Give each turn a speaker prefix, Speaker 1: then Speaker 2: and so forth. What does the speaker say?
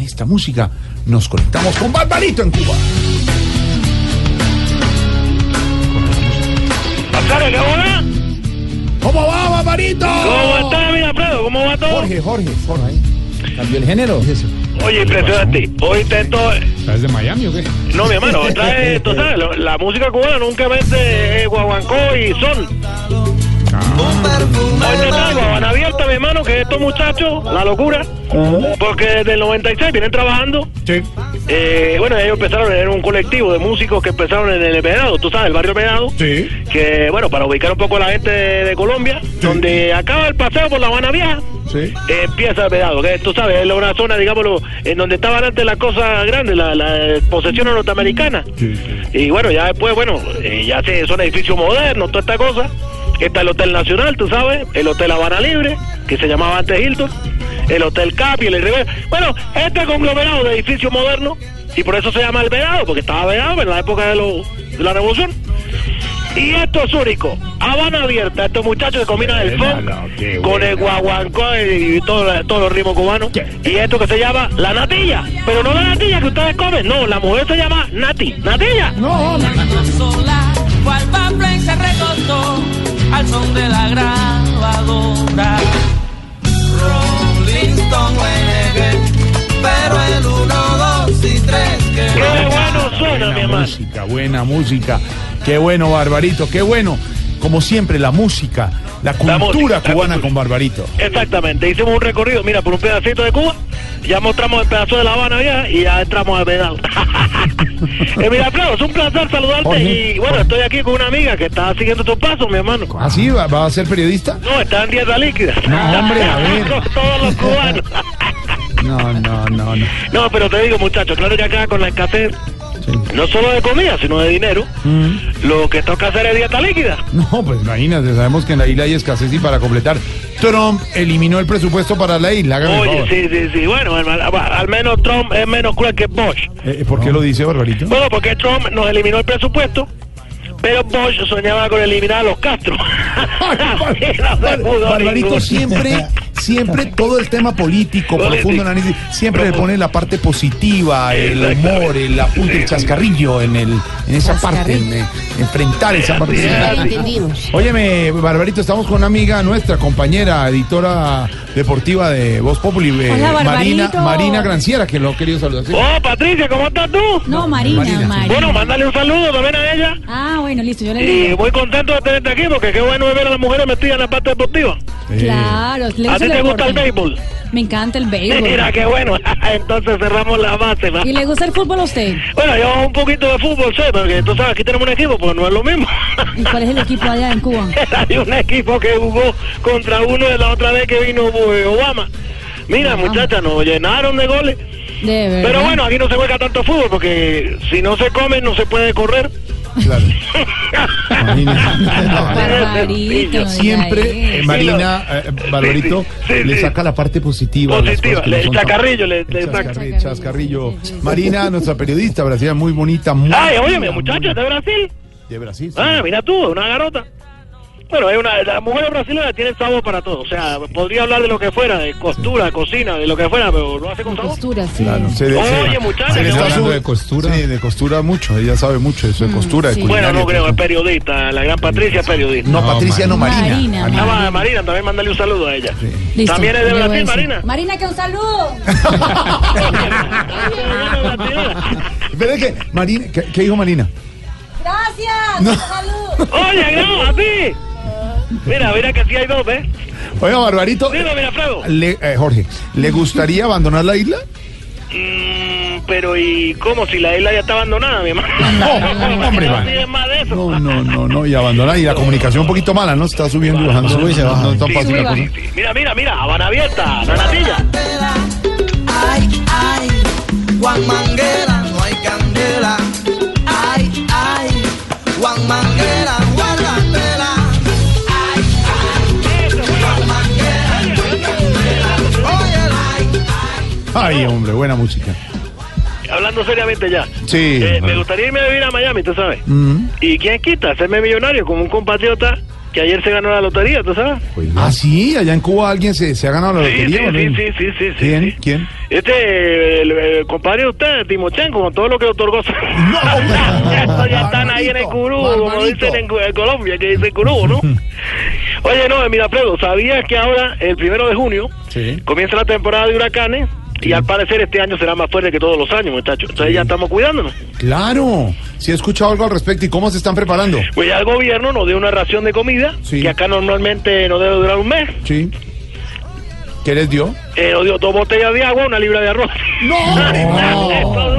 Speaker 1: esta música nos conectamos con Barbarito en Cuba.
Speaker 2: Pascale, ¿qué hola?
Speaker 1: ¿Cómo va, Barbarito?
Speaker 2: ¿Cómo está, mira, Alfredo? ¿Cómo va todo?
Speaker 1: Jorge, Jorge, Jorge. ahí. Cambió el género.
Speaker 2: Oye, impresionante. Hoy te to-
Speaker 3: ¿Estás de Miami o qué?
Speaker 2: No, mi hermano, trae total. lo- La música cubana nunca mete eh, guaguancó y sol.
Speaker 3: Ah.
Speaker 2: Hoy te trae guabana abierta, mi hermano, que estos muchachos, la locura. Porque desde el 96 vienen trabajando.
Speaker 1: Sí.
Speaker 2: Eh, bueno, ellos empezaron en un colectivo de músicos que empezaron en el Venado, tú sabes, el barrio Venado.
Speaker 1: Sí.
Speaker 2: Que, bueno, para ubicar un poco a la gente de, de Colombia, donde acaba el paseo por La Habana Vieja.
Speaker 1: Sí.
Speaker 2: Eh, empieza el vedado, que tú sabes, es una zona, digámoslo, en donde estaban antes las cosas grandes, la, la posesión norteamericana. Y bueno, ya después, bueno, eh, ya se, son edificios modernos, toda esta cosa. Está el Hotel Nacional, tú sabes, el Hotel Habana Libre, que se llamaba antes Hilton, el Hotel Capi, el Rivera. Bueno, este conglomerado de edificios modernos, y por eso se llama el vedado, porque estaba vedado en la época de, lo- de la revolución. Y esto es único, Habana abierta, estos muchachos que combinan el
Speaker 3: Buena,
Speaker 2: funk
Speaker 3: no, qué
Speaker 2: con
Speaker 3: buena.
Speaker 2: el guaguancó y todo la- todos los ritmos cubanos. Y esto que se llama la natilla, pero no la natilla que ustedes comen, no, la mujer se llama nati, natilla.
Speaker 1: No,
Speaker 4: sola, cual papel se recortó al son de la grabadora. Rolling Stone reggae, pero el 1, 2 y 3 que...
Speaker 2: Qué bueno suena, mi
Speaker 1: buena
Speaker 2: hermano.
Speaker 1: música, buena música. Qué bueno, Barbarito, qué bueno. Como siempre, la música, la cultura
Speaker 2: música, la
Speaker 1: cubana
Speaker 2: cultura.
Speaker 1: con Barbarito.
Speaker 2: Exactamente, hicimos un recorrido, mira, por un pedacito de Cuba, ya mostramos el pedazo de La Habana ya y ya entramos al pedal. eh, mira, Alfredo, es un placer saludarte
Speaker 1: Jorge,
Speaker 2: y bueno, estoy aquí con una amiga que está siguiendo tus pasos, mi hermano.
Speaker 1: ¿Así ¿Ah, va, va a ser periodista?
Speaker 2: No, está en dieta líquida.
Speaker 1: No, hombre, a ver.
Speaker 2: Todos los cubanos.
Speaker 1: No, no, no, no.
Speaker 2: No, pero te digo, muchachos, claro que acá con la escasez, no solo de comida, sino de dinero, lo que toca hacer es dieta líquida.
Speaker 1: No, pues imagínate, sabemos que en la isla hay escasez y para completar, Trump eliminó el presupuesto para la isla. hágame el
Speaker 2: Oye,
Speaker 1: favor.
Speaker 2: sí, sí, sí. Bueno, hermano, al menos Trump es menos cruel que Bosch.
Speaker 1: Eh, ¿Por qué lo dice Barbarito?
Speaker 2: Bueno, porque Trump nos eliminó el presupuesto, pero Bosch soñaba con eliminar a los Castro. Y no se pudo
Speaker 1: Barbarito
Speaker 2: ninguno.
Speaker 1: siempre, siempre todo el tema político,
Speaker 2: Político.
Speaker 1: profundo análisis, siempre le
Speaker 2: Profundo.
Speaker 1: pone la parte positiva, el
Speaker 2: Exactamente.
Speaker 1: humor, el apunte, el
Speaker 2: Sí.
Speaker 1: chascarrillo en, el, en esa parte, en, eh, enfrentar esa parte.
Speaker 5: Entendimos.
Speaker 1: Óyeme, Barbarito, estamos con una amiga nuestra, compañera, editora deportiva de Voz Populi, eh,
Speaker 6: Hola,
Speaker 1: Marina,
Speaker 6: Barbarito.
Speaker 1: Marina Granciera, que lo he querido saludar. Sí.
Speaker 2: Oh, Patricia, ¿cómo estás tú?
Speaker 6: No, Marina,
Speaker 1: Marina, sí.
Speaker 6: Marina.
Speaker 2: Bueno, mándale un saludo también a ella.
Speaker 6: Ah, bueno, listo, yo le
Speaker 2: Y
Speaker 6: digo.
Speaker 2: muy contento de tenerte aquí porque qué bueno es ver a las mujeres metidas en la parte deportiva.
Speaker 1: Eh,
Speaker 6: Claro, le
Speaker 2: ¿A ti
Speaker 6: el
Speaker 2: te gusta el
Speaker 6: deporte.
Speaker 2: béisbol?
Speaker 6: Me encanta el béisbol.
Speaker 2: Mira, qué bueno. Ah, Entonces cerramos la base. ¿va?
Speaker 6: ¿Y le gusta el fútbol a usted?
Speaker 2: Bueno, yo un poquito de fútbol sé, porque tú sabes, aquí tenemos un equipo, pues no es lo mismo.
Speaker 6: ¿Y cuál es el equipo allá en Cuba?
Speaker 2: Hay un equipo que jugó contra uno de la otra vez que vino eh, Obama. Mira,
Speaker 6: Obama.
Speaker 2: muchachas, nos llenaron de goles.
Speaker 6: De verdad.
Speaker 2: Pero bueno, aquí no se juega tanto fútbol, porque si no se come, no se puede correr.
Speaker 1: Eh, claro. Imagínate.
Speaker 6: Barbarito, no diga
Speaker 1: Siempre, eh,
Speaker 6: eso.
Speaker 1: Marina, eh, Barbarito,
Speaker 2: Sí, sí, sí,
Speaker 1: le
Speaker 2: sí.
Speaker 1: saca la parte positiva. a las
Speaker 2: Positiva,
Speaker 1: cosas que
Speaker 2: le-
Speaker 1: no son tan-
Speaker 2: chacarrillo, le- le
Speaker 1: El
Speaker 2: saca.
Speaker 1: chascarri- Chascarrillo.
Speaker 6: Chacarrillo, sí, sí, sí.
Speaker 1: Marina, nuestra periodista brasileña, muy bonita. Muy
Speaker 2: Ay, oye, mi
Speaker 1: linda,
Speaker 2: muchacha,
Speaker 1: muy-
Speaker 2: de Brasil.
Speaker 1: De Brasil. sí.
Speaker 2: Ah, mira tú, una garota. Bueno, es una, la mujer brasileña tiene sabor para todo. O sea, podría hablar de lo que fuera, de costura, cocina, de lo que fuera, pero lo hace con sabor.
Speaker 6: Costura, sí.
Speaker 1: Claro, se
Speaker 2: Oye, muchacha,
Speaker 1: se le
Speaker 2: ¿cómo
Speaker 1: está
Speaker 3: hablando
Speaker 1: su-
Speaker 3: de costura?
Speaker 1: Sí, de costura mucho. Ella sabe mucho de eso, de costura, de
Speaker 6: Mm, sí.
Speaker 2: Bueno,
Speaker 1: culinaria,
Speaker 2: no creo,
Speaker 1: todo
Speaker 2: es
Speaker 1: eso.
Speaker 2: periodista, la gran Patricia es periodista.
Speaker 1: No,
Speaker 3: No,
Speaker 1: Patricia, no, Marina.
Speaker 6: Marina,
Speaker 2: Ah,
Speaker 6: Marina.
Speaker 2: ma- Marina, también mándale un saludo a ella.
Speaker 6: Listo,
Speaker 2: También es de
Speaker 6: le voy a
Speaker 2: Brasil,
Speaker 6: decir.
Speaker 2: Marina.
Speaker 5: Marina, que un saludo.
Speaker 1: Espera que, Marina, ¿qué, qué dijo Marina?
Speaker 5: Gracias.
Speaker 1: No.
Speaker 5: Un saludo.
Speaker 2: Oye, no, a ti. Mira, mira que sí hay dos, ¿ves?
Speaker 1: Oiga, Barbarito,
Speaker 2: Mira, mira, Fredo.
Speaker 1: le- eh, Jorge, ¿le gustaría abandonar la isla?
Speaker 2: Mm, pero ¿y cómo? Si la isla ya está abandonada, mi hermano.
Speaker 1: No, hombre,
Speaker 2: no
Speaker 1: Iván.
Speaker 2: tienes más de eso.
Speaker 1: No, no, no, no, y abandonar. Y la comunicación un poquito mala, ¿no? Está subiendo y bajando.
Speaker 3: Sube y se baja.
Speaker 1: No es tan
Speaker 2: Sí,
Speaker 1: fácil la
Speaker 6: sube y
Speaker 1: cosa.
Speaker 2: sí, sí. Mira, mira, mira, Habana abierta, la natilla.
Speaker 4: Ay, ay, Juan Manguera, no hay candela. Ay, ay, Juan Manguera, guárdatela. Ay, ay, Juan Manguera, óyela.
Speaker 1: Ay, hombre, buena música.
Speaker 2: Hablando seriamente ya.
Speaker 1: Sí.
Speaker 2: Eh, me gustaría irme a vivir a Miami, tú sabes.
Speaker 1: Mm.
Speaker 2: ¿Y quién quita? Hacerme millonario como un compatriota que ayer se ganó la lotería, ¿tú sabes?
Speaker 3: Pues
Speaker 1: Ah, sí, allá en Cuba alguien se, se ha ganado la
Speaker 2: Sí, sí,
Speaker 1: lotería. ¿o no?
Speaker 2: sí, sí, sí, sí, sí,
Speaker 1: ¿Quién?
Speaker 2: sí.
Speaker 1: ¿Quién?
Speaker 2: Este, el, el compadre de usted, Timochenko, con todo lo que le otorgó.
Speaker 1: No, hombre.
Speaker 2: Eso ya están ahí en el curú, como
Speaker 1: Barbarito.
Speaker 2: dicen en, Cu- en Colombia, que dicen curú, ¿no? Oye, no, mira, Fredo, ¿sabías que ahora, el primero de junio,
Speaker 1: Sí.
Speaker 2: comienza la temporada de huracanes? Y al parecer este año será más fuerte que todos los años, muchachos. Entonces ya estamos cuidándonos.
Speaker 1: Claro, sí he escuchado algo al respecto. ¿Y cómo se están preparando?
Speaker 2: Pues ya el gobierno nos dio una ración de comida,
Speaker 1: Sí.
Speaker 2: que acá normalmente no debe durar un mes.
Speaker 1: Sí. ¿Qué les dio?
Speaker 2: Eh, nos dio dos botellas de agua, una libra de arroz.
Speaker 1: ¡No!
Speaker 2: Entonces,